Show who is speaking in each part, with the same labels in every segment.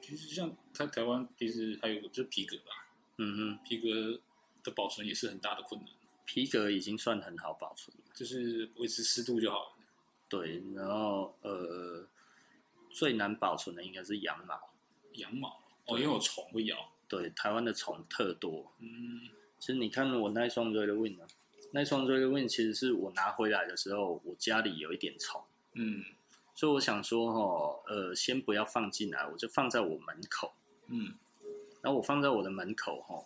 Speaker 1: 其实像台台湾，其实还有就是皮革吧，
Speaker 2: 嗯哼，
Speaker 1: 皮革的保存也是很大的困难，
Speaker 2: 皮革已经算很好保存了。
Speaker 1: 就是维持湿度就好了。
Speaker 2: 对，然后呃，最难保存的应该是羊毛。
Speaker 1: 羊毛哦，因为有虫会咬，
Speaker 2: 对，台湾的虫特多。
Speaker 1: 嗯，
Speaker 2: 其实你看我那一双 r e d Win 呢、那一双 r e d Win 其实是我拿回来的时候，我家里有一点虫，
Speaker 1: 嗯
Speaker 2: 所以我想说哦，呃，先不要放进来，我就放在我门口。
Speaker 1: 嗯
Speaker 2: 然后我放在我的门口哈，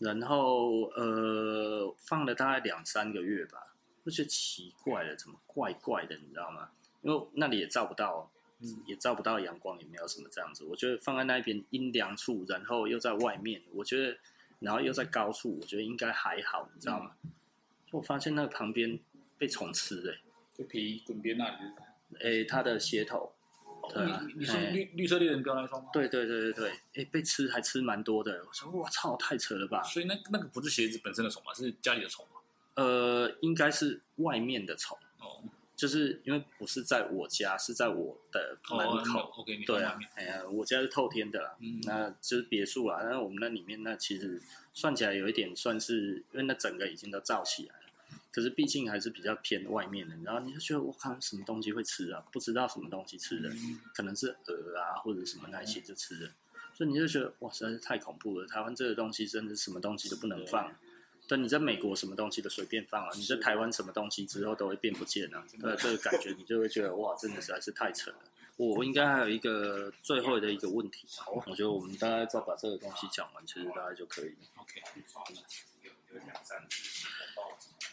Speaker 2: 然后呃放了大概两三个月吧，我觉得奇怪了，怎么怪怪的，你知道吗？因为那里也照不到，
Speaker 1: 嗯
Speaker 2: 也照不到阳光，也没有什么这样子。我觉得放在那边阴凉处，然后又在外面，我觉得，然后又在高处，我觉得应该还好，你知道吗？就我发现那旁边被虫吃了、
Speaker 1: 就皮滚边那里。
Speaker 2: 诶，它的鞋头，对啊
Speaker 1: 哦你你说
Speaker 2: 哎
Speaker 1: 绿绿色猎人标那双吗？，
Speaker 2: 对对对对对，诶，被吃还吃蛮多的。我说我操，太扯了吧！
Speaker 1: 所以那那个不是鞋子本身的虫吧，是家里的虫嘛。
Speaker 2: 呃，应该是外面的虫，
Speaker 1: 哦，
Speaker 2: 就是因为不是在我家，是在我的
Speaker 1: 哦
Speaker 2: 门口。
Speaker 1: ，OK，你放
Speaker 2: 对
Speaker 1: 外
Speaker 2: 啊
Speaker 1: 面，，
Speaker 2: 哎呀，我家是透天的啦，
Speaker 1: 嗯
Speaker 2: 那就是别墅啦。那我们那里面那其实算起来有一点算是，因为那整个已经都罩起来了。可是毕竟还是比较偏外面的，然后你就觉得我靠，什么东西会吃啊？不知道什么东西吃的，可能是鹅啊或者什么那一些就吃的，所以你就觉得哇，实在是太恐怖了。台湾这个东西真的是什么东西都不能放。对，你在美国什么东西都随便放啊，你在台湾什么东西之后都会变不见啊，对，这个感觉你就会觉得哇，真的实在是太 扯了。我应该还有一个最后的一个问题，啊我觉得我们大概再把这个东西讲完，其实大概就可以了。
Speaker 1: OK，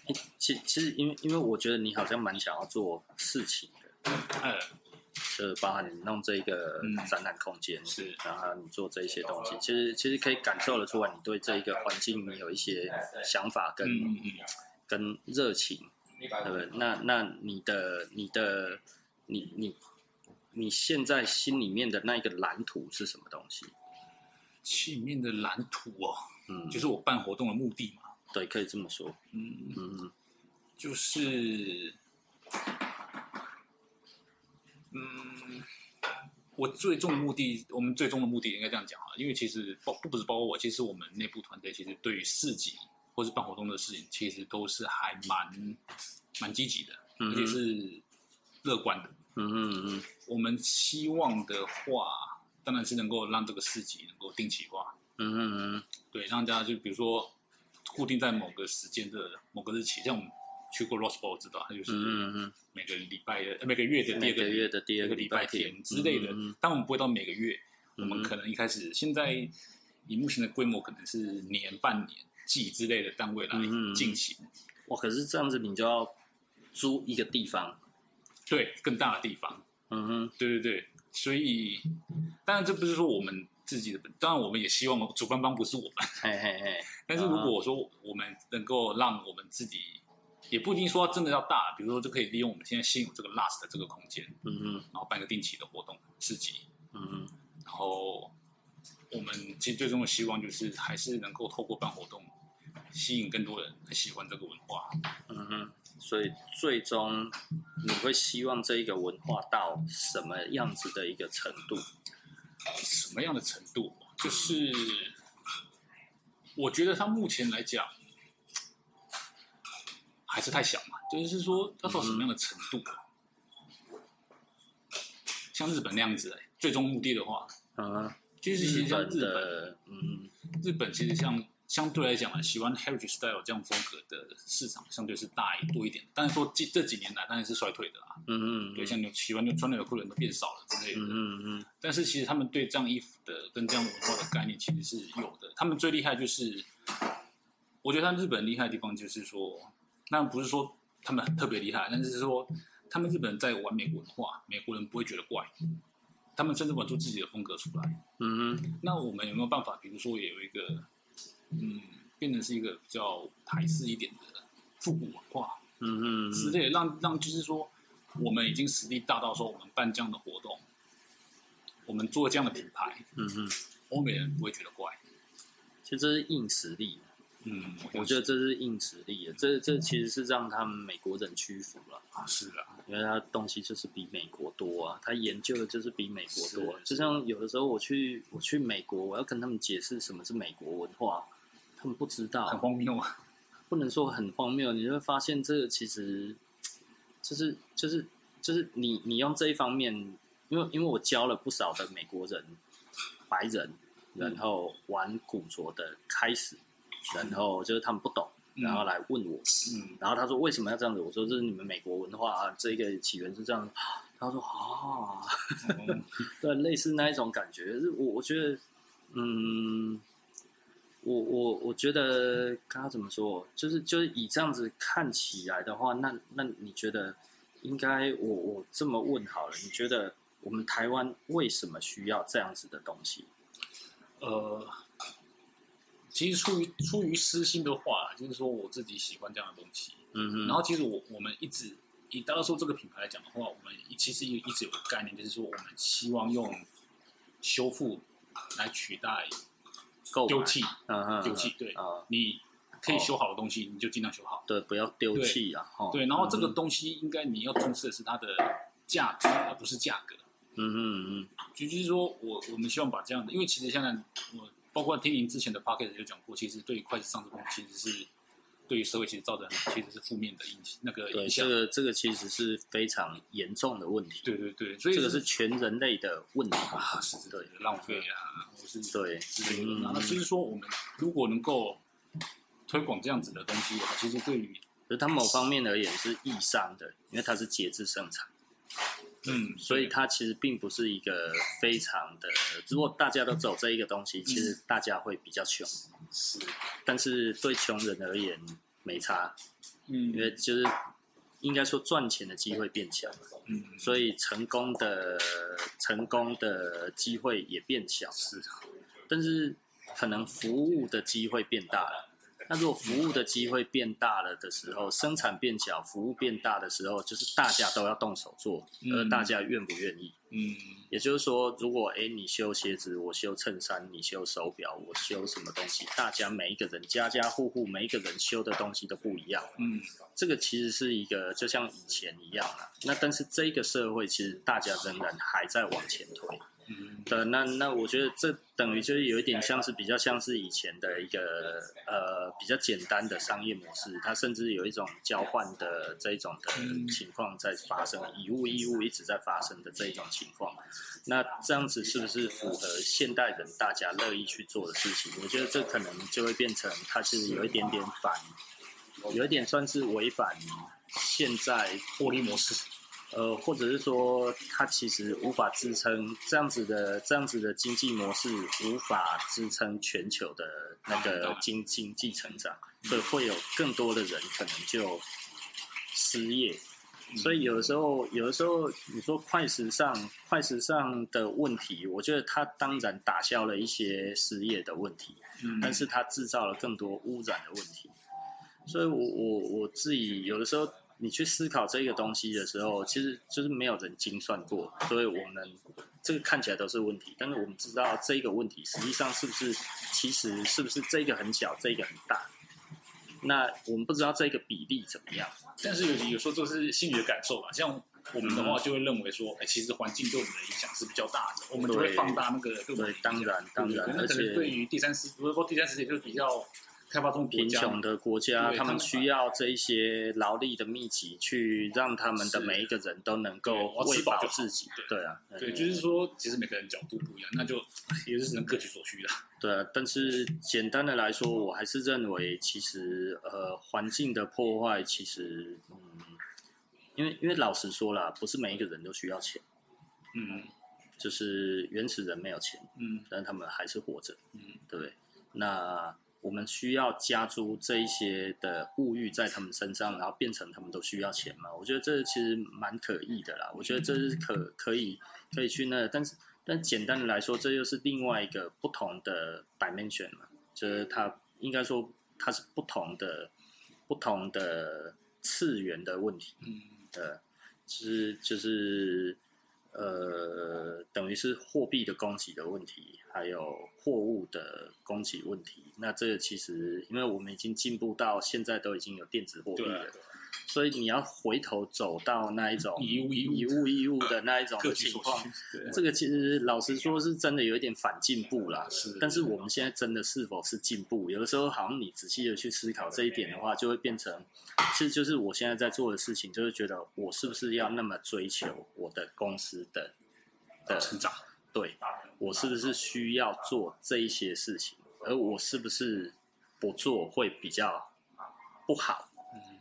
Speaker 2: 诶其其实因为因为我觉得你好像蛮想要做事情的，
Speaker 1: 呃，
Speaker 2: 就是包含你弄这一个
Speaker 1: 嗯
Speaker 2: 展览空间，
Speaker 1: 是
Speaker 2: 然后你做这一些东西，其实其实可以感受得出来，你对这一个环境你有一些想法跟、
Speaker 1: 嗯嗯嗯，
Speaker 2: 跟热情，对不对？那那你的你的你你你现在心里面的那一个蓝图是什么东西？
Speaker 1: 气里面的蓝图哦，
Speaker 2: 嗯，
Speaker 1: 就是我办活动的目的嘛。
Speaker 2: 对，可以这么说。
Speaker 1: 嗯，
Speaker 2: 嗯，
Speaker 1: 就是，嗯，我最终的目的，我们最终的目的应该这样讲啊，因为其实包不不只包括我，其实我们内部团队其实对于市集或是办活动的事情，其实都是还蛮蛮积极的，
Speaker 2: 嗯
Speaker 1: 而且是乐观的。
Speaker 2: 嗯嗯嗯
Speaker 1: 我们希望的话，当然是能够让这个市集能够定期化，
Speaker 2: 嗯嗯嗯
Speaker 1: 对，让大家就比如说固定在某个时间的某个日期，像我们去过 Rose Bowl 知道，它就是
Speaker 2: 嗯嗯
Speaker 1: 每个礼拜的、呃每个月的第
Speaker 2: 嗯，每
Speaker 1: 二个
Speaker 2: 个
Speaker 1: 礼
Speaker 2: 月的第
Speaker 1: 第
Speaker 2: 二
Speaker 1: 二个
Speaker 2: 个礼
Speaker 1: 礼
Speaker 2: 拜
Speaker 1: 拜
Speaker 2: 天
Speaker 1: 天之类的
Speaker 2: 嗯嗯嗯。
Speaker 1: 但我们不会到每个月，我
Speaker 2: 嗯
Speaker 1: 们可能一开始现在以目前的规模，可能是年、半年、季之类的单位来
Speaker 2: 嗯嗯嗯
Speaker 1: 进行。
Speaker 2: 哇，可是这样子你就要租一个地方。
Speaker 1: 对，更大的地方，
Speaker 2: 嗯哼，
Speaker 1: 对对对，所以当然这不是说我们自己的本，当然我们也希望主办方不是我们。
Speaker 2: 嘿嘿嘿，
Speaker 1: 但是如果我说我们能够让我们自己，也不一定说真的要大，比如说就可以利用我们现在现有这个 Last 的这个空间，
Speaker 2: 嗯
Speaker 1: 然后办个定期的活动市集，
Speaker 2: 嗯嗯嗯
Speaker 1: 然后我们其实最终的希望就是还是能够透过办活动，吸引更多人来喜欢这个文化。
Speaker 2: 嗯哼，所以最终你会希望这一个文化到什么样子的一个程度？
Speaker 1: 什么样的程度？就是我觉得它目前来讲还是太小嘛，就是说要到什么样的程度？像日本那样子、哎，最终目的的话，
Speaker 2: 嗯哼，
Speaker 1: 就是其实像
Speaker 2: 本
Speaker 1: 日本，
Speaker 2: 的，嗯
Speaker 1: 日本其实像相对来讲啊，喜欢 heritage style 这样风格的市场相对是大一多一点的，但是说这这几年来当然是衰退的啦，
Speaker 2: 嗯嗯，
Speaker 1: 对，像牛喜欢牛穿牛仔裤的人都变少了之类的，
Speaker 2: 嗯嗯嗯
Speaker 1: 但是其实他们对这样衣服的跟这样文化的概念其实是有的。他们最厉害就是，我觉得他们日本厉害的地方就是说，那不是说他们很特别厉害，但是说他们日本人在玩美国文化，美国人不会觉得怪，他们甚至玩出自己的风格出来。
Speaker 2: 嗯嗯
Speaker 1: 那我们有没有办法，比如说也有一个，嗯，变成是一个比较台式一点的复古文化，
Speaker 2: 嗯
Speaker 1: 之类的，让让就是说，我们已经实力大到说，我们办这样的活动，我们做这样的品牌，
Speaker 2: 嗯嗯，
Speaker 1: 欧美人不会觉得怪。
Speaker 2: 其实这是硬实力，
Speaker 1: 嗯，
Speaker 2: 我觉得这是硬实力的，这这其实是让他们美国人屈服了，
Speaker 1: 得啊是啦，
Speaker 2: 因为他东西就是比美国多啊，他研究的就是比美国多啊。
Speaker 1: 是
Speaker 2: 就像有的时候我去我去美国，我要跟他们解释什么是美国文化，他们不知
Speaker 1: 很
Speaker 2: 道，
Speaker 1: 荒谬啊。
Speaker 2: 不能说很荒谬，你就会发现这个其实就是就是就是你你用这一方面，因为因为我教了不少的美国人、白人，
Speaker 1: 嗯
Speaker 2: 然后玩古着的开始，然后就是他们不懂。然后来问我，
Speaker 1: 嗯，
Speaker 2: 然后他说为什么要这样子？我说这是你们美国文化啊，这个起源是这样。他说啊，
Speaker 1: 嗯，
Speaker 2: 对，类似那一种感觉。就是我我觉得，嗯，我我我觉得刚刚怎么说？就是就是以这样子看起来的话，那那你觉得应该我我这么问好了？你觉得我们台湾为什么需要这样子的东西？
Speaker 1: 呃，其实出于出于私心的话，就是说我自己喜欢这样的东西。
Speaker 2: 嗯哼，
Speaker 1: 然后其实我我们一直以大多数这个品牌来讲的话，我们其实也一直有个概念，就是说我们希望用修复来取代
Speaker 2: 购买哦
Speaker 1: 丢，弃。
Speaker 2: 嗯哼，
Speaker 1: 丢弃对
Speaker 2: 啊、
Speaker 1: 你可以修好的东西，你就尽量修好。
Speaker 2: 对，不要丢
Speaker 1: 对
Speaker 2: 弃啊，哦
Speaker 1: 对，然后这个
Speaker 2: 嗯哼
Speaker 1: 东西应该你要重视的是它的价值，而不是价格。
Speaker 2: 嗯哼嗯哼。
Speaker 1: 就就是说我我们希望把这样的，因为其实现在我包括听您之前的 p o c k e t 就讲过，其实对于会计上这东西其实是对于社会其实造成其实是负面的影那个
Speaker 2: 对，
Speaker 1: 影
Speaker 2: 这
Speaker 1: 响。
Speaker 2: 个这个其实是非常严重的问题，
Speaker 1: 对对对，所以
Speaker 2: 这个是全人类的问题
Speaker 1: 啊，是是
Speaker 2: 对
Speaker 1: 是浪费啊，或是啊
Speaker 2: 对，
Speaker 1: 之类的。
Speaker 2: 嗯
Speaker 1: 然后就是说，我们如果能够推广这样子的东西的话，其实对于
Speaker 2: 可是它某方面而言是易伤的，因为它是节制生产，
Speaker 1: 嗯，
Speaker 2: 所以它其实并不是一个非常的。如果大家都走这一个东西，
Speaker 1: 嗯
Speaker 2: 其实大家会比较穷，
Speaker 1: 是
Speaker 2: 但是对穷人而言没差，
Speaker 1: 嗯
Speaker 2: 因为就是应该说赚钱的机会变小，
Speaker 1: 嗯
Speaker 2: 所以成功的成功的机会也变小。
Speaker 1: 是
Speaker 2: 但是可能服务的机会变大了。那如果服务的机会变大了的时候，生产变小，服务变大的时候，就是大家都要动手做，
Speaker 1: 嗯
Speaker 2: 而大家愿不愿意？
Speaker 1: 嗯
Speaker 2: 也就是说，如果诶你修鞋子，我修衬衫，你修手表，我修什么东西，大家每一个人家家户户每一个人修的东西都不一样。
Speaker 1: 嗯
Speaker 2: 这个其实是一个就像以前一样啦。那但是这个社会其实大家仍然还在往前推。
Speaker 1: 嗯
Speaker 2: 对，那那我觉得这等于就是有一点像是比较像是以前的一个呃比较简单的商业模式，它甚至有一种交换的这一种的情况在发生，以物易物一直在发生的这一种情况。那这样子是不是符合现代人大家乐意去做的事情？我觉得这可能就会变成它是有一点点反，有一点算是违反现在
Speaker 1: 获利模式，
Speaker 2: 呃，或者是说它其实无法支撑这样子的这样子的经济模式，无法支撑全球的那个经经济成长，所以会有更多的人可能就失业。所以有的时候，有的时候你说快时尚，快时尚的问题，我觉得它当然打消了一些失业的问题，
Speaker 1: 嗯
Speaker 2: 但是它制造了更多污染的问题。所以我我我自己有的时候，你去思考这个东西的时候，其实就是没有人精算过，所以我们这个看起来都是问题，但是我们知道这个问题实际上是不是，其实是不是这个很小，这个很大。那我们不知道这个比例怎么样，
Speaker 1: 但是有有时候这是心理的感受吧，像。我们的
Speaker 2: 嗯
Speaker 1: 话就会认为说，哎、其实环境对我们的影响是比较大的，我们就会
Speaker 2: 对
Speaker 1: 放大那个对我们
Speaker 2: 对
Speaker 1: 的，影
Speaker 2: 当
Speaker 1: 响
Speaker 2: 然当然，
Speaker 1: 那
Speaker 2: 而
Speaker 1: 可能对
Speaker 2: 且
Speaker 1: 于第三世，不是说第三世界就是比较开发中国
Speaker 2: 贫
Speaker 1: 家嘛
Speaker 2: 穷的国家，
Speaker 1: 对他
Speaker 2: 他们
Speaker 1: 们
Speaker 2: 需要这一些劳力的密集，去让他们的
Speaker 1: 是
Speaker 2: 每一个人都能
Speaker 1: 对
Speaker 2: 够
Speaker 1: 我吃
Speaker 2: 喂
Speaker 1: 饱
Speaker 2: 饱
Speaker 1: 就好
Speaker 2: 自己。对啊，
Speaker 1: 对，
Speaker 2: 嗯
Speaker 1: 就是说，其实每个人角度不一样，那就也是只能各取所需的。
Speaker 2: 对啊，但是简单的来说，我还是认为，其实呃，环境的破坏，其实嗯，因为因为老实说啦，不是每一个人都需要钱，
Speaker 1: 嗯
Speaker 2: 就是原始人没有钱，
Speaker 1: 嗯
Speaker 2: 但他们还是活着，
Speaker 1: 嗯
Speaker 2: 对不对？那我们需要加诸这一些的物欲在他们身上，然后变成他们都需要钱嘛？我觉得这其实蛮可疑的啦。我觉得这是可可以可以去那，但是但简单的来说，这又是另外一个不同的 dimension 嘛，就是它应该说它是不同的不同的次元的问题。
Speaker 1: 嗯，
Speaker 2: 呃，就是就是呃，等于是货币的供给的问题，还有货物的供给问题。那这个其实，因为我们已经进步到现在都已经有电子货币
Speaker 1: 对啊
Speaker 2: 了，所以你要回头走到那一种
Speaker 1: 以物易物
Speaker 2: 以物易物的那一种
Speaker 1: 各
Speaker 2: 的
Speaker 1: 取
Speaker 2: 情
Speaker 1: 所
Speaker 2: 况
Speaker 1: 需，，对
Speaker 2: 这个其实老实说是真的有一点反进步啦。
Speaker 1: 是
Speaker 2: 但是我们现在真的是否是进步？有的时候好像你仔细的去思考这一点的话，就会变成，其实就是我现在在做的事情，就是觉得我是不是要那么追求我的公司的的
Speaker 1: 成长，
Speaker 2: 对我是不是需要做这一些事情，而我是不是不做会比较不好？
Speaker 1: 嗯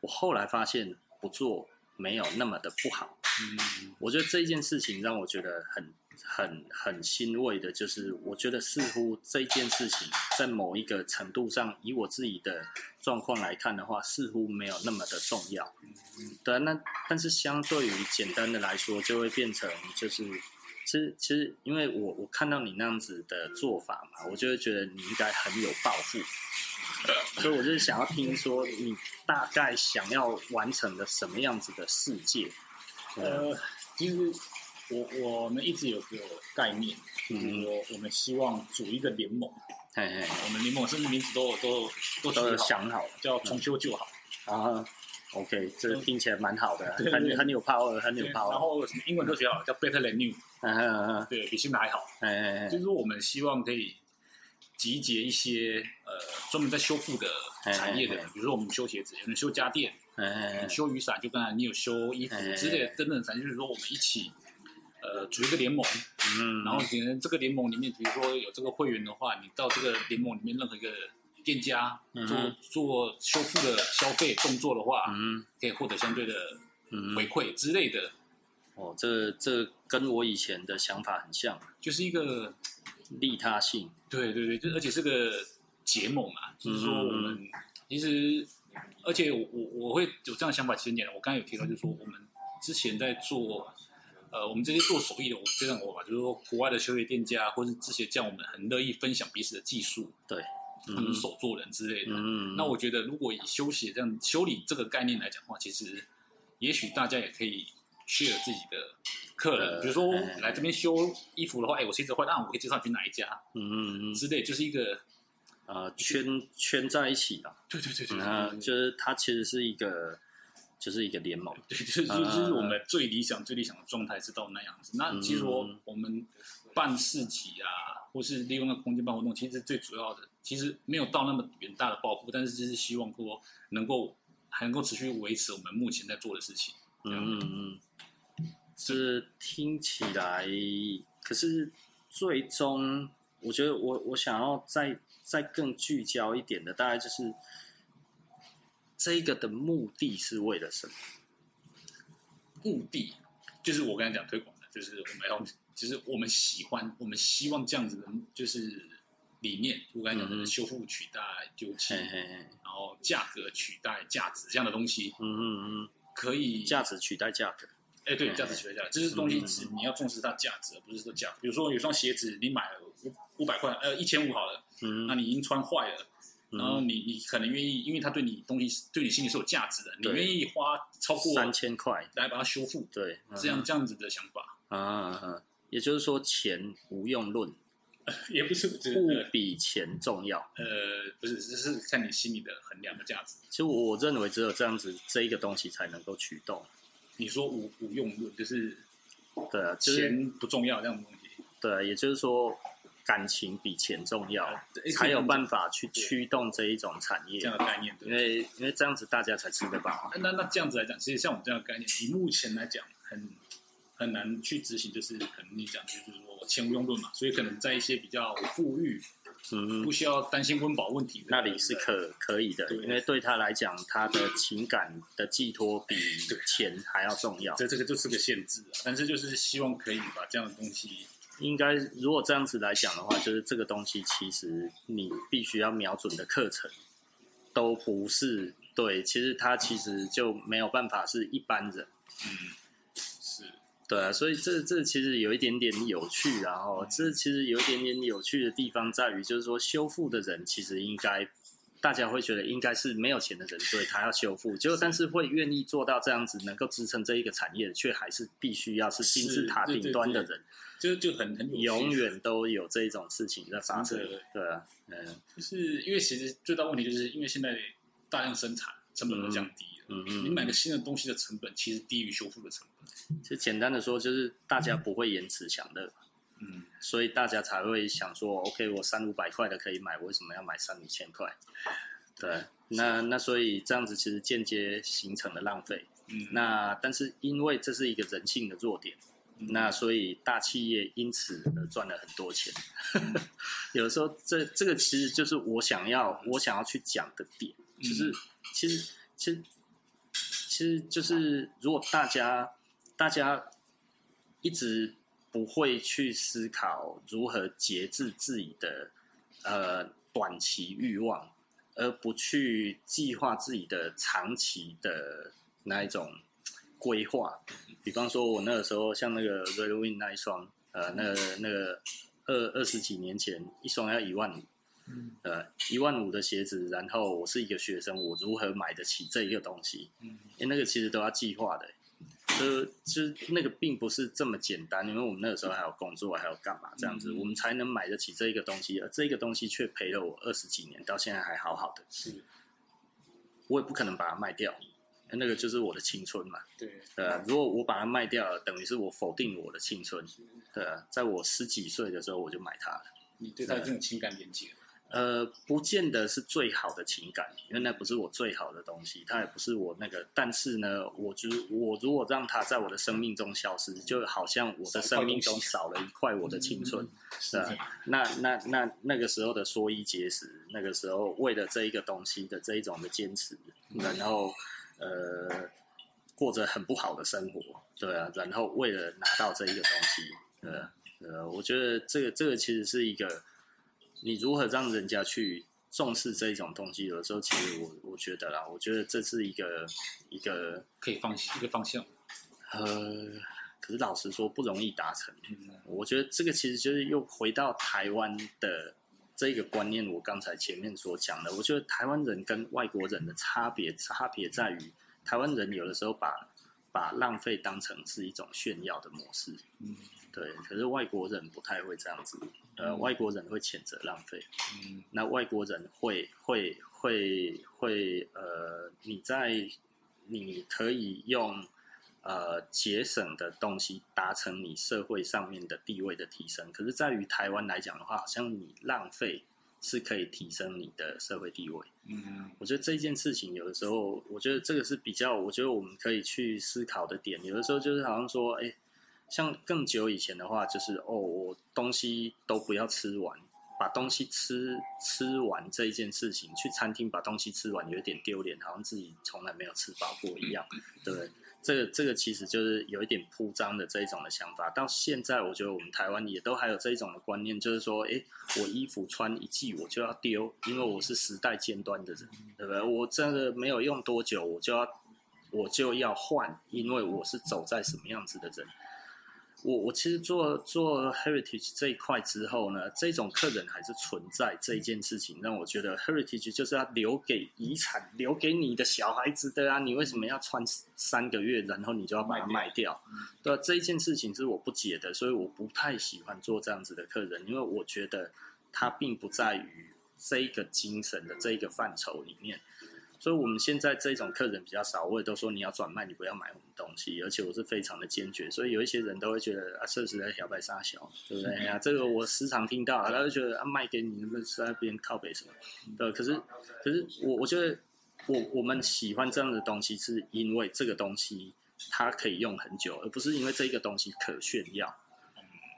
Speaker 2: 我后来发现不做没有那么的不好。
Speaker 1: 嗯，
Speaker 2: 我觉得这一件事情让我觉得很很很欣慰的，就是我觉得似乎这一件事情在某一个程度上，以我自己的状况来看的话，似乎没有那么的重要。对啊，那但是相对于简单的来说，就会变成就是，其实其实因为我我看到你那样子的做法嘛，我就会觉得你应该很有抱负，所以我就是想要听说你大概想要完成的什么样子的世界。啊
Speaker 1: 呃，其实我我们一直有个概念，就是说我们希望组一个联盟，
Speaker 2: 嘿嘿。
Speaker 1: 我们联盟甚至名字都有都有都
Speaker 2: 都有
Speaker 1: 取好
Speaker 2: 想好了
Speaker 1: 叫重修旧好，
Speaker 2: 啊。OK，这个听起来蛮好的，
Speaker 1: 对对对
Speaker 2: 很很有 power，很有
Speaker 1: 对
Speaker 2: power。
Speaker 1: 然后什么英文都学好了，叫 Better Than New，
Speaker 2: 嗯，嗯嗯
Speaker 1: 对比新的还好。
Speaker 2: 哎哎
Speaker 1: 就
Speaker 2: 哎
Speaker 1: 是说我们希望可以集结一些呃专门在修复的产业的人
Speaker 2: 哎哎，
Speaker 1: 比如说我们修鞋子，有人修家电，
Speaker 2: 哎
Speaker 1: 有
Speaker 2: 哎
Speaker 1: 人修雨伞，就刚才你有修衣服
Speaker 2: 哎哎哎
Speaker 1: 之类的等等产业，就是说我们一起。呃，组一个联盟，
Speaker 2: 嗯，
Speaker 1: 然后可能这个联盟里面，比如说有这个会员的话，你到这个联盟里面任何一个店家
Speaker 2: 嗯
Speaker 1: 做、
Speaker 2: 哼
Speaker 1: 做修复的消费动作的话，
Speaker 2: 嗯
Speaker 1: 可以获得相对的
Speaker 2: 嗯，
Speaker 1: 回馈之类的，
Speaker 2: 哦，这这跟我以前的想法很像，
Speaker 1: 就是一个
Speaker 2: 利他性。
Speaker 1: 对对对，就而且是个结盟啊，就是说我们、
Speaker 2: 嗯
Speaker 1: 其实，而且我我我会有这样的想法，其实你我刚才有提到，就是说我们之前在做，呃，我们这些做手艺的，我这样我吧，就是说国外的修鞋店家或是这些匠，我们很乐意分享彼此的技术，
Speaker 2: 对，
Speaker 1: 他们是手作人之类的。
Speaker 2: 嗯，
Speaker 1: 那我觉得，如果以修鞋这样修理这个概念来讲的话，其实也许大家也可以 share 自己的客人，
Speaker 2: 呃
Speaker 1: 比如说
Speaker 2: 哎
Speaker 1: 来这边修衣服的话，哎，我鞋子坏，那我可以介绍你去哪一家
Speaker 2: 嗯嗯嗯
Speaker 1: 之类，就是一个
Speaker 2: 啊，圈圈在一起啊，
Speaker 1: 对对对对，
Speaker 2: 那
Speaker 1: 对
Speaker 2: 就是它其实是一个，就是一个联盟。
Speaker 1: 对，就是
Speaker 2: 啊
Speaker 1: 就是我们最理想最理想的状态是到那样子。那其实说
Speaker 2: 嗯
Speaker 1: 我们办市集啊，或是利用那个空间办活动，其实最主要的其实没有到那么远大的抱负，但是就是希望说能够还能够持续维持我们目前在做的事情。
Speaker 2: 嗯嗯，嗯，这听起来，可是最终，我觉得我我想要再再更聚焦一点的，大概就是这个的目的是为了什么？
Speaker 1: 目的就是我刚才讲推广的，就是我们要，就是我们喜欢，我们希望这样子的，就是理念。我刚才讲
Speaker 2: 嗯
Speaker 1: 的
Speaker 2: 哼
Speaker 1: 修复取代丢弃，
Speaker 2: 嘿嘿嘿，
Speaker 1: 然后价格取代价值这样的东西，
Speaker 2: 嗯嗯嗯，
Speaker 1: 可以
Speaker 2: 价值嗯取代价格，
Speaker 1: 哎，对，
Speaker 2: 嗯
Speaker 1: 价值取代价值，这是东西值，你要重视它价值，而不是说价格。比如说，有双鞋子你买了五五百块，呃，一千五好了，
Speaker 2: 嗯
Speaker 1: 那你已经穿坏了，然后
Speaker 2: 嗯，
Speaker 1: 你你可能愿意，因为它对你东西对你心里是有价值的，你
Speaker 2: 对
Speaker 1: 愿意花超过
Speaker 2: 三千块，
Speaker 1: 来把它修复，
Speaker 2: 对，嗯
Speaker 1: 这样这样子的想 法，
Speaker 2: 啊啊，啊也就是说钱无用论，
Speaker 1: 也不是只
Speaker 2: 不比钱重要。
Speaker 1: 呃不是，这是看你心里的衡量的价值。
Speaker 2: 其实我我认为只有这样子，这一个东西才能够驱动。
Speaker 1: 你说无无用论，就是
Speaker 2: 对啊，就是
Speaker 1: 钱不重要这样的东西，
Speaker 2: 对啊，也就是说，感情比钱重要，
Speaker 1: 对
Speaker 2: 才有办法去驱动这一种产业
Speaker 1: 哎这。样的概念，对不
Speaker 2: 因
Speaker 1: 对。
Speaker 2: 为因为这样子大家才吃得饱。啊
Speaker 1: 那那这样子来讲，其实像我们这样的概念，以目前来讲很很难去执行，就是可能你讲就是说前无用论嘛，所以可能在一些比较富裕、
Speaker 2: 嗯
Speaker 1: 不，需要担心温饱问题的
Speaker 2: 那里是可可以的，
Speaker 1: 对
Speaker 2: 因为对他来讲，他的情感的寄托比
Speaker 1: 对
Speaker 2: 钱还要重要。
Speaker 1: 这这个就是个限制啊。但是就是希望可以把这样的东西，
Speaker 2: 应该如果这样子来讲的话，就是这个东西其实你必须要瞄准的课程都不是对，其实它其实就没有办法是一般人。
Speaker 1: 嗯，是
Speaker 2: 对啊，所以这这其实有一点点有趣、然后这其实有一点点有趣的地方在于，就是说修复的人其实应该大家会觉得应该是没有钱的人，所以他要修复。结果，但是会愿意做到这样子，能够支撑这一个产业的，却还是必须要是金字塔
Speaker 1: 是对
Speaker 2: 顶端的
Speaker 1: 对对
Speaker 2: 人，
Speaker 1: 就就很很有趣
Speaker 2: 永远都有这一种事情在发生
Speaker 1: 真的。
Speaker 2: 对啊，嗯
Speaker 1: 就是因为其实最大问题就是因为现在大量生产成本都降低了，
Speaker 2: 嗯嗯
Speaker 1: 你买个新的东西的成本其实低于修复的成本。
Speaker 2: 就简单的说，就是大家不会延迟享乐，
Speaker 1: 嗯，
Speaker 2: 所以大家才会想说，OK，我三五百块的可以买，为什么要买三五千块？对，那那所以这样子其实间接形成了浪费。
Speaker 1: 嗯
Speaker 2: 那但是因为这是一个人性的弱点，那所以大企业因此而赚了很多钱。 有的时候这这个其实就是我想要我想要去讲的点，
Speaker 1: 嗯
Speaker 2: 就是其实其实其实就是如果大家大家一直不会去思考如何节制自己的呃短期欲望，而不去计划自己的长期的那一种规划。比方说，我那个时候像那个 Red Wing 那一双，呃，那个那个二二十几年前一双要一万五。
Speaker 1: 嗯
Speaker 2: 呃，一万五的鞋子，然后我是一个学生，我如何买得起这一个东西？
Speaker 1: 嗯
Speaker 2: 因为那个其实都要计划的、就就是那个并不是这么简单，因为我们那个时候还有工作，还有干嘛这样子，
Speaker 1: 嗯
Speaker 2: 我们才能买得起这一个东西，而这一个东西却陪了我二十几年，到现在还好好的，
Speaker 1: 是，
Speaker 2: 我也不可能把它卖掉，那个就是我的青春嘛。
Speaker 1: 对，
Speaker 2: 呃，如果我把它卖掉了，等于是我否定我的青春。呃，在我十几岁的时候我就买它了。
Speaker 1: 你对他这种情感连接，
Speaker 2: 呃，不见得是最好的情感，因为那不是我最好的东西，它也不是我那个。但是呢，我就我如果让它在我的生命中消失，就好像我的生命中少了一块我的青春。
Speaker 1: 嗯是这样
Speaker 2: 那那那那个时候的缩衣节食，那个时候为了这一个东西的这一种的坚持，
Speaker 1: 嗯
Speaker 2: 然后呃过着很不好的生活，对啊，然后为了拿到这一个东西，对啊呃，我觉得这个这个其实是一个你如何让人家去重视这一种东西，有的时候其实我我觉得啦，我觉得这是一个一个
Speaker 1: 可以放一个方向。
Speaker 2: 呃，可是老实说不容易达成。
Speaker 1: 嗯，
Speaker 2: 我觉得这个其实就是又回到台湾的这个观念，我刚才前面所讲的，我觉得台湾人跟外国人的差别，差别在于台湾人有的时候把把浪费当成是一种炫耀的模式，
Speaker 1: 嗯
Speaker 2: 对，可是外国人不太会这样子，呃，
Speaker 1: 嗯
Speaker 2: 外国人会谴责浪费，
Speaker 1: 嗯
Speaker 2: 那外国人会会会会呃，你在你可以用呃节省的东西达成你社会上面的地位的提升，可是在于台湾来讲的话，好像你浪费是可以提升你的社会地位。
Speaker 1: 嗯，
Speaker 2: 我觉得这件事情有的时候，我觉得这个是比较，我觉得我们可以去思考的点。有的时候就是好像说，哎，像更久以前的话，就是哦，我东西都不要吃完，把东西吃吃完这一件事情，去餐厅把东西吃完有一点丢脸，好像自己从来没有吃饱过一样，对不对？这个这个其实就是有一点铺张的这一种的想法。到现在，我觉得我们台湾也都还有这一种的观念，就是说，哎，我衣服穿一季我就要丢，因为我是时代尖端的人，对不对？我真的没有用多久，我就要我就要换，因为我是走在什么样子的人。我我其实做做 heritage 这一块之后呢，这种客人还是存在这一件事情，让我觉得 heritage 就是要留给遗产，留给你的小孩子的啊！你为什么要穿三个月，然后你就要把它卖掉？对、啊，这一件事情是我不解的，所以我不太喜欢做这样子的客人，因为我觉得它并不在于这一个精神的这一个范畴里面。所以我们现在这种客人比较少，我也都说你要转卖，你不要买我们东西，而且我是非常的坚决，所以有一些人都会觉得啊，这是在小白杀小，对不对呀、这个我时常听到，他就觉得啊，卖给你，你们是在那边靠北什么？对，可是可是我我觉得我我们喜欢这样的东西，是因为这个东西它可以用很久，而不是因为这个东西可炫耀。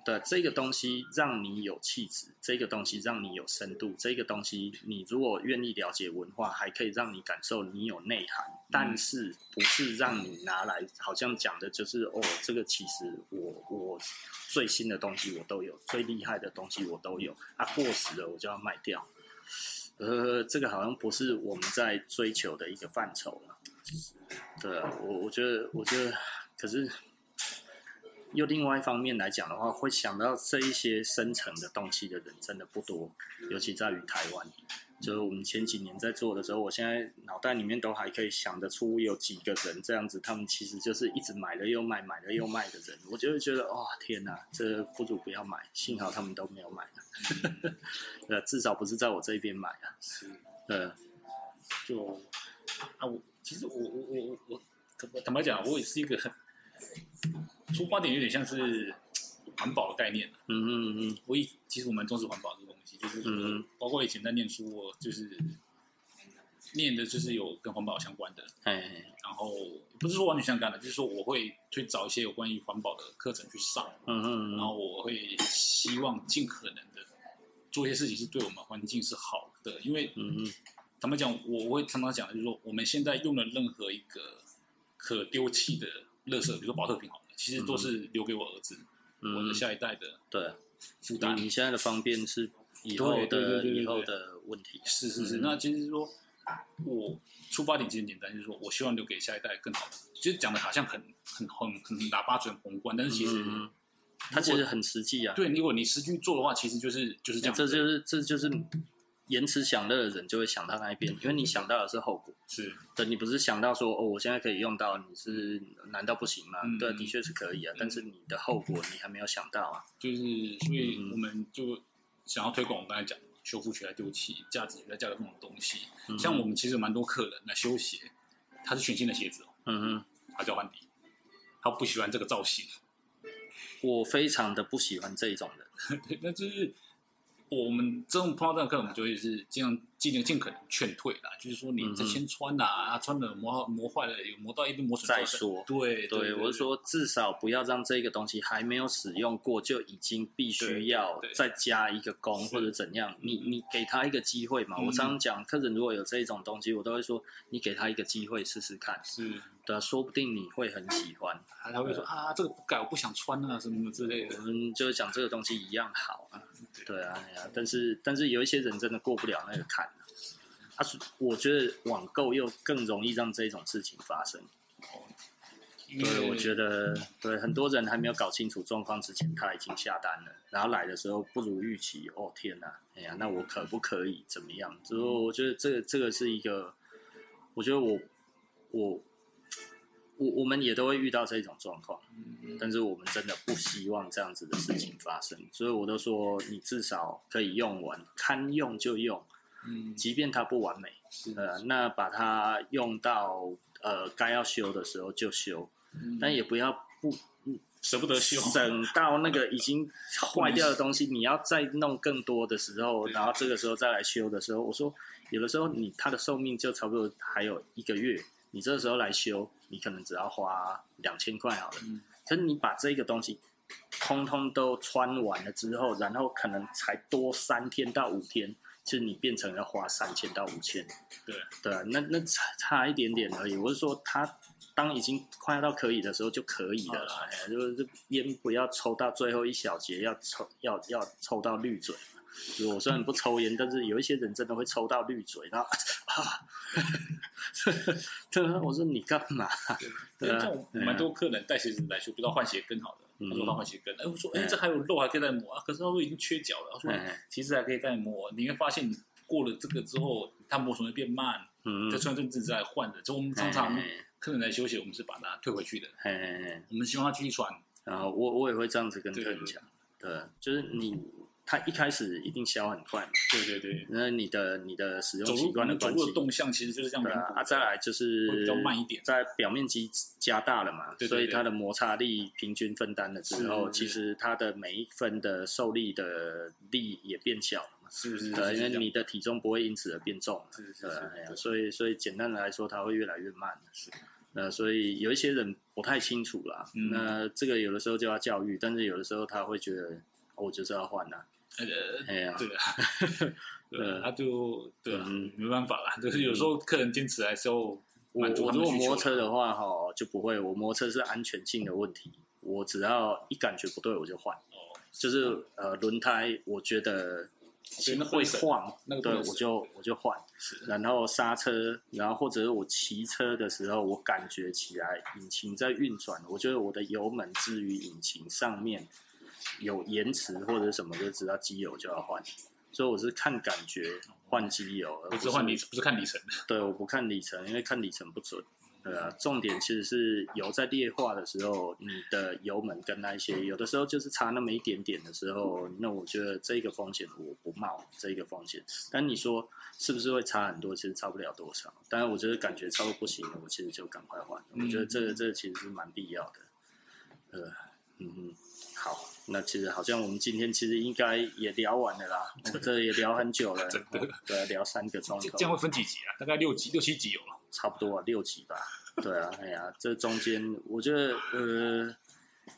Speaker 2: 对，这个东西让你有气质，这个东西让你有深度，这个东西你如果愿意了解文化，还可以让你感受你有内涵，但是不是让你拿来好像讲的就是哦，这个其实我我最新的东西我都有，最厉害的东西我都有，啊过时了我就要卖掉。呃，这个好像不是我们在追求的一个范畴了。对啊，我我觉得，我觉得，可是又另外一方面来讲的话，会想到这一些深层的东西的人真的不多，尤其在于台湾。就是我们前几年在做的时候，我现在脑袋里面都还可以想得出有几个人这样子，他们其实就是一直买了又卖，买了又卖的人，我就会觉得哇、天哪，这不如不要买。幸好他们都没有买， 呃，至少不是在我这边买啊。
Speaker 1: 是
Speaker 2: 呃，
Speaker 1: 就啊，我其实我我我我我坦白坦白讲，我也是一个很出发点有点像是环保的概念。
Speaker 2: 嗯嗯嗯
Speaker 1: 我以其实我蛮重视环保这个东西，就是说
Speaker 2: 嗯
Speaker 1: 包括以前在念书，我就是念的就是有跟环保相关的，
Speaker 2: 哎，
Speaker 1: 然后不是说完全相干的，就是说我会去找一些有关于环保的课程去上，
Speaker 2: 嗯嗯
Speaker 1: 然
Speaker 2: 嗯，
Speaker 1: 后我会希望尽可能的做一些事情是对我们环境是好的，因为
Speaker 2: 嗯嗯
Speaker 1: 坦白讲，我我会常常讲的就是说，我们现在用的任何一个可丢弃的垃圾，比如说保特瓶好了，其实都是留给我儿子、
Speaker 2: 嗯，
Speaker 1: 我的下一代的
Speaker 2: 对啊，
Speaker 1: 负担。
Speaker 2: 你你现在的方便是以后
Speaker 1: 对对对
Speaker 2: 的
Speaker 1: 对对
Speaker 2: 以后的问题。
Speaker 1: 是是是，
Speaker 2: 嗯
Speaker 1: 那其实说，我出发点其实很简单，就是说我希望留给下一代更好的。其实讲的好像很很很很喇叭嘴、很宏观，但是其实、
Speaker 2: 嗯嗯它其实很实际啊，
Speaker 1: 对，如果你实际做的话，其实就是就是这样
Speaker 2: 哎这
Speaker 1: 子。
Speaker 2: 就是这就是延迟享乐的人就会想到那一边，因为你想到的是后果，
Speaker 1: 是
Speaker 2: 对你不是想到说哦，我现在可以用到，你是难道不行吗？
Speaker 1: 嗯
Speaker 2: 对，
Speaker 1: 嗯
Speaker 2: 的确是可以啊，但是你的后果你还没有想到啊。
Speaker 1: 就是，所以
Speaker 2: 嗯
Speaker 1: 我们就想要推广我们刚才讲的修复学来丢弃、价值学来价格这种东西。
Speaker 2: 嗯
Speaker 1: 像我们其实有蛮多客人来修鞋，他是全新的鞋子哦，
Speaker 2: 嗯嗯，
Speaker 1: 他叫换底，他不喜欢这个造型。
Speaker 2: 我非常的不喜欢这一种人。
Speaker 1: 对，那就是我们这种碰到这样的客人，我们就会是尽量尽量尽可能劝退啦，就是说你这
Speaker 2: 嗯哼
Speaker 1: 先穿啦、啊，穿了磨磨坏了，有磨到一定磨损
Speaker 2: 再
Speaker 1: 造成
Speaker 2: 说
Speaker 1: 对
Speaker 2: 对，我是，说，至少不要让这个东西还没有使用过就已经必须要
Speaker 1: 对对
Speaker 2: 再加一个工
Speaker 1: 是
Speaker 2: 或者怎样。你你给他一个机会嘛。
Speaker 1: 嗯
Speaker 2: 我常常讲，客人如果有这一种东西，我都会说，你给他一个机会试试看，
Speaker 1: 是
Speaker 2: 对啊，说不定你会很喜欢。
Speaker 1: 他他会说啊，这个不改，我不想穿啊，什么什么之类
Speaker 2: 我
Speaker 1: 的。
Speaker 2: 们就是讲这个东西一样好啊，
Speaker 1: 对
Speaker 2: 对啊，哎呀，但是但是有一些人真的过不了那个坎啊。啊，所以我觉得网购又更容易让这种事情发生。
Speaker 1: 因
Speaker 2: 对，
Speaker 1: 为
Speaker 2: 我觉得对很多人还没有搞清楚状况之前，他已经下单了，然后来的时候不如预期，哦天哪、哎呀，那我可不可以怎么样？之后我觉得这个这个是一个，我觉得我我我我们也都会遇到这种状况，
Speaker 1: 嗯
Speaker 2: 但是我们真的不希望这样子的事情发生，所以我都说你至少可以用完，堪用就用，
Speaker 1: 嗯
Speaker 2: 即便它不完美，
Speaker 1: 是
Speaker 2: 呃，那把它用到呃该要修的时候就修。
Speaker 1: 嗯
Speaker 2: 但也不要不
Speaker 1: 舍不得修，
Speaker 2: 省到那个已经坏掉的东西，你要再弄更多的时候，
Speaker 1: 对
Speaker 2: 然后这个时候再来修的时候，我说有的时候你它的寿命就差不多还有一个月，你这时候来修，你可能只要花两千块好了。
Speaker 1: 嗯
Speaker 2: 可是你把这个东西通通都穿完了之后，然后可能才多三天到五天，其实你变成要花三千到五千。
Speaker 1: 对
Speaker 2: 对啊，那那差差一点点而已。我是说，他当已经快要到可以的时候就可以了啦，哎就是烟不要抽到最后一小节，要抽要要抽到绿嘴。就是我虽然不抽烟，但是有一些人真的会抽到绿嘴，然后 啊，对啊，我说你干嘛？
Speaker 1: 对，
Speaker 2: 对啊
Speaker 1: 像我
Speaker 2: 对啊
Speaker 1: 蛮多客人带鞋子来修，不知道换鞋跟好的，
Speaker 2: 嗯
Speaker 1: 他说他换鞋跟，哎，我说哎，
Speaker 2: 嗯
Speaker 1: 这还有肉还可以再磨啊，可是他说已经缺角了，他说
Speaker 2: 哎，
Speaker 1: 其实还可以再磨。你会发现，你过了这个之后，它磨损会变慢，
Speaker 2: 嗯
Speaker 1: 再，穿这自己再换的。就我们常常
Speaker 2: 哎
Speaker 1: 客人来休息，我们是把它退回去的。
Speaker 2: 哎哎哎
Speaker 1: 我们希望他继续穿，
Speaker 2: 然后我我也会这样子跟客
Speaker 1: 对
Speaker 2: 人讲，对，就是你他一开始一定消很快嘛，
Speaker 1: 对对对，
Speaker 2: 那你的你的使
Speaker 1: 走
Speaker 2: 用习
Speaker 1: 路我
Speaker 2: 惯的
Speaker 1: 们走
Speaker 2: 关
Speaker 1: 路
Speaker 2: 系
Speaker 1: 的，动向其实就是这样
Speaker 2: 对
Speaker 1: 弥
Speaker 2: 啊，
Speaker 1: 补
Speaker 2: 啊再来就是
Speaker 1: 会比较慢一点
Speaker 2: 在表面积加大了嘛，
Speaker 1: 对对
Speaker 2: 所以
Speaker 1: 对
Speaker 2: 它的摩擦力平均分担了之后，
Speaker 1: 是
Speaker 2: 其实它的每一分的受力的力也变小了嘛，
Speaker 1: 是是是
Speaker 2: 对，因
Speaker 1: 是这
Speaker 2: 为
Speaker 1: 样
Speaker 2: 你的体重不会因此而变重了，
Speaker 1: 是是
Speaker 2: 对啊，哎呀
Speaker 1: 是是，
Speaker 2: 所以所以简单的来说，它会越来越慢。
Speaker 1: 是
Speaker 2: 呃，所以有一些人不太清楚啦。
Speaker 1: 嗯
Speaker 2: 那这个有的时候就要教育，但是有的时候他会觉得，哦我就是要换啦、
Speaker 1: 呃
Speaker 2: 哎呀、
Speaker 1: 对啊，对啊，
Speaker 2: 嗯
Speaker 1: 他就对啊
Speaker 2: 嗯，
Speaker 1: 没办法啦，就是有时候客人坚持来之后，
Speaker 2: 我
Speaker 1: 满足
Speaker 2: 我
Speaker 1: 他们
Speaker 2: 如果
Speaker 1: 需求啊
Speaker 2: 摩托
Speaker 1: 啦
Speaker 2: 车的话，哈，就不会。我摩托车是安全性的问题，我只要一感觉不对我就换，
Speaker 1: 哦，
Speaker 2: 就是呃轮胎，我觉得
Speaker 1: 觉得那不
Speaker 2: 会
Speaker 1: 能省
Speaker 2: 晃，
Speaker 1: 那个不
Speaker 2: 对
Speaker 1: 能
Speaker 2: 我
Speaker 1: 省
Speaker 2: 就我就换，然后刹车，然后或者是我骑车的时候，我感觉起来引擎在运转，我觉得我的油门置于引擎上面有延迟或者什么，就知道机油就要换，所以我是看感觉换机油，而
Speaker 1: 不是换
Speaker 2: 你。
Speaker 1: 里不是看里程的，
Speaker 2: 对，我不看里程，因为看里程不准。对啊，重点其实是油在劣化的时候，你的油门跟那一些，有的时候就是差那么一点点的时候，那我觉得这个风险我不冒这个风险。但你说是不是会差很多？其实差不了多少。但是我觉得感觉差不多不行了，我其实就赶快换。我觉得
Speaker 1: 嗯
Speaker 2: 这个这个其实是蛮必要的。呃，嗯哼，好，那其实好像我们今天其实应该也聊完 了啦，我们这也聊很久了，
Speaker 1: 真的
Speaker 2: 对啊，聊三个钟
Speaker 1: 这
Speaker 2: 头
Speaker 1: 这。样会分几集啊？大概六集六七集有了。
Speaker 2: 差不多啊，六集吧。对啊，哎呀，这中间我觉得呃，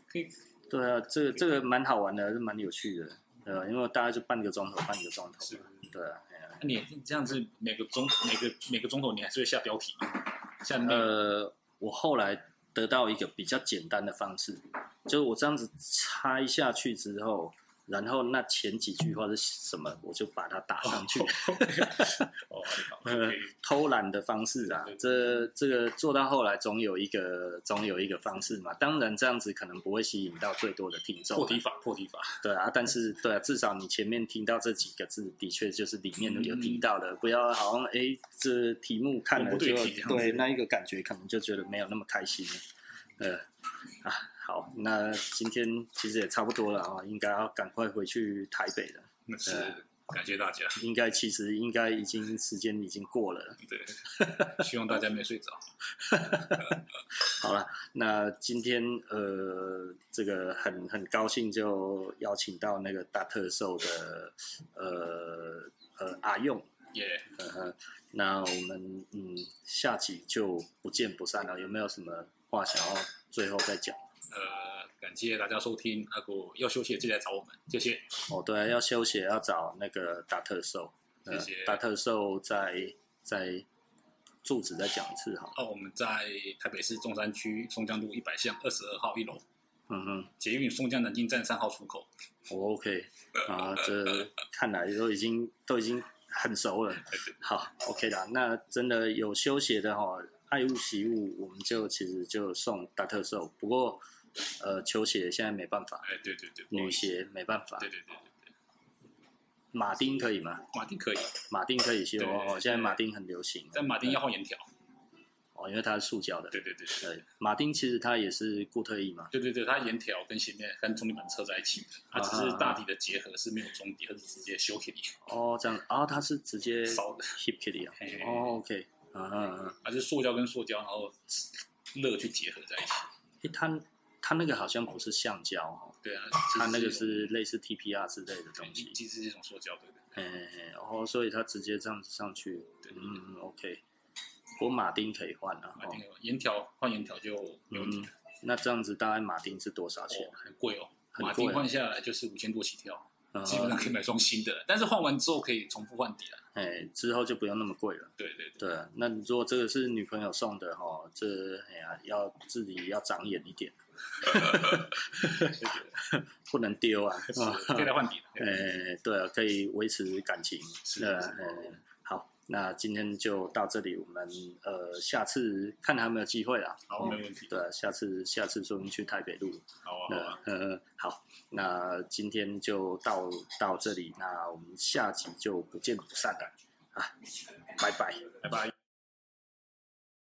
Speaker 1: 可以
Speaker 2: 对啊，这个这个蛮好玩的，是蛮有趣的，对吧、因为大概就半个钟头，半个钟头
Speaker 1: 是
Speaker 2: 嘛，对啊，哎呀，
Speaker 1: 那你这样子每个钟每个每个钟头你还是会下标题吗，下那个
Speaker 2: 呃，我后来得到一个比较简单的方式，就是我这样子猜下去之后。然后那前几句话是什么，我就把它打上去。
Speaker 1: 哦，好好
Speaker 2: 呃
Speaker 1: 可以，
Speaker 2: 偷懒的方式啊
Speaker 1: 对，
Speaker 2: 这这个做到后来总有一个总有一个方式嘛。当然这样子可能不会吸引到最多的听众
Speaker 1: 破
Speaker 2: 啊，
Speaker 1: 题法破题法，
Speaker 2: 对啊，但是对啊，至少你前面听到这几个字，的确就是里面有提到的，不要好像哎这题目看了
Speaker 1: 嗯文不
Speaker 2: 就
Speaker 1: 对题这样子
Speaker 2: 对那一个感觉，可能就觉得没有那么开心了。呃啊，好，那今天其实也差不多了啊、应该要赶快回去台北了。
Speaker 1: 那是感谢大家，
Speaker 2: 应该其实应该已经时间已经过了。
Speaker 1: 对， 希望大家没睡着，
Speaker 2: 好了，那今天呃，这个很很高兴就邀请到那个大特售的呃呃阿用。
Speaker 1: 耶，
Speaker 2: 呃，那我们嗯下集就不见不散了。有没有什么话想要最后再讲？
Speaker 1: 呃，感谢大家收听，阿果要休息记得来找我们，谢谢，
Speaker 2: 哦，对、啊，要休息要找那个达特兽，呃
Speaker 1: 谢谢
Speaker 2: 达特兽在在住址再讲一次好了。
Speaker 1: 哦，我们在台北市中山区松江路一百巷二十二号一楼，
Speaker 2: 嗯哼。
Speaker 1: 捷运松江南京站三号出口，
Speaker 2: 我 OK 啊，这看来都已经都已经很熟了。好，OK 啦，那真的有休息的哈、爱物惜物，我们就其实就送大特售。不过呃，球鞋现在没办法，
Speaker 1: 哎，对对对，不好
Speaker 2: 女
Speaker 1: 意思
Speaker 2: 鞋没办法
Speaker 1: 对，对对对对，
Speaker 2: 马丁可以吗？
Speaker 1: 马丁可以，
Speaker 2: 马丁可以修
Speaker 1: 对
Speaker 2: 哦，
Speaker 1: 对
Speaker 2: 现在马丁很流行
Speaker 1: 但马丁要换盐条，
Speaker 2: 哦，因为它是塑胶的。
Speaker 1: 对对对对
Speaker 2: 对，马丁其实它也是固特异嘛。
Speaker 1: 对对对，它沿条跟前面跟中底板车在一起的，它只
Speaker 2: 啊
Speaker 1: 是大底的结合是没有中底，它是直接修起来
Speaker 2: 哦，这样，哦，它是直接
Speaker 1: 烧的，
Speaker 2: hip kitty 啊。
Speaker 1: 嘿
Speaker 2: 哦，OK，啊啊啊，
Speaker 1: 它是塑胶跟塑胶，然后热去结合在一起。
Speaker 2: 诶它它那个好像不是橡胶哦。
Speaker 1: 对啊，
Speaker 2: 它那个
Speaker 1: 其实
Speaker 2: 是类似 TPR 之类的东
Speaker 1: 一种
Speaker 2: 西，
Speaker 1: 其实是一种塑胶的，
Speaker 2: 哎、然后所以它直接这样子上去，
Speaker 1: 对
Speaker 2: 嗯，OK。不过马丁可以换啊，
Speaker 1: 马
Speaker 2: 哦
Speaker 1: 丁，沿条换沿条就没问题
Speaker 2: 嗯，那这样子大概马丁是多少钱
Speaker 1: 哦，？很贵哦，
Speaker 2: 很贵
Speaker 1: 马丁换下来就是五千多起跳，
Speaker 2: 呃
Speaker 1: 基本上可以买双新的，但是换完之后可以重复换底了。
Speaker 2: 哎、之后就不用那么贵了。
Speaker 1: 对对对，
Speaker 2: 对啊，那如果这个是女朋友送的哈、哦，这哎呀、要自己要长眼一 点，不能丢啊。
Speaker 1: 是可以来换底
Speaker 2: 哎、
Speaker 1: 的。
Speaker 2: 对啊，可以维持感情。
Speaker 1: 嗯是
Speaker 2: 对啊，
Speaker 1: 是
Speaker 2: 哎、好，那今天就到这里，我们呃下次看还有没有机会啦。
Speaker 1: 好，
Speaker 2: 哦
Speaker 1: 没问题。
Speaker 2: 对啊，下次下次说明去台北录。
Speaker 1: 好啊，好
Speaker 2: 呃
Speaker 1: 啊，
Speaker 2: 呃，好，那今天就到到这里，那我们下集就不见不散了啊，拜拜。
Speaker 1: 拜拜。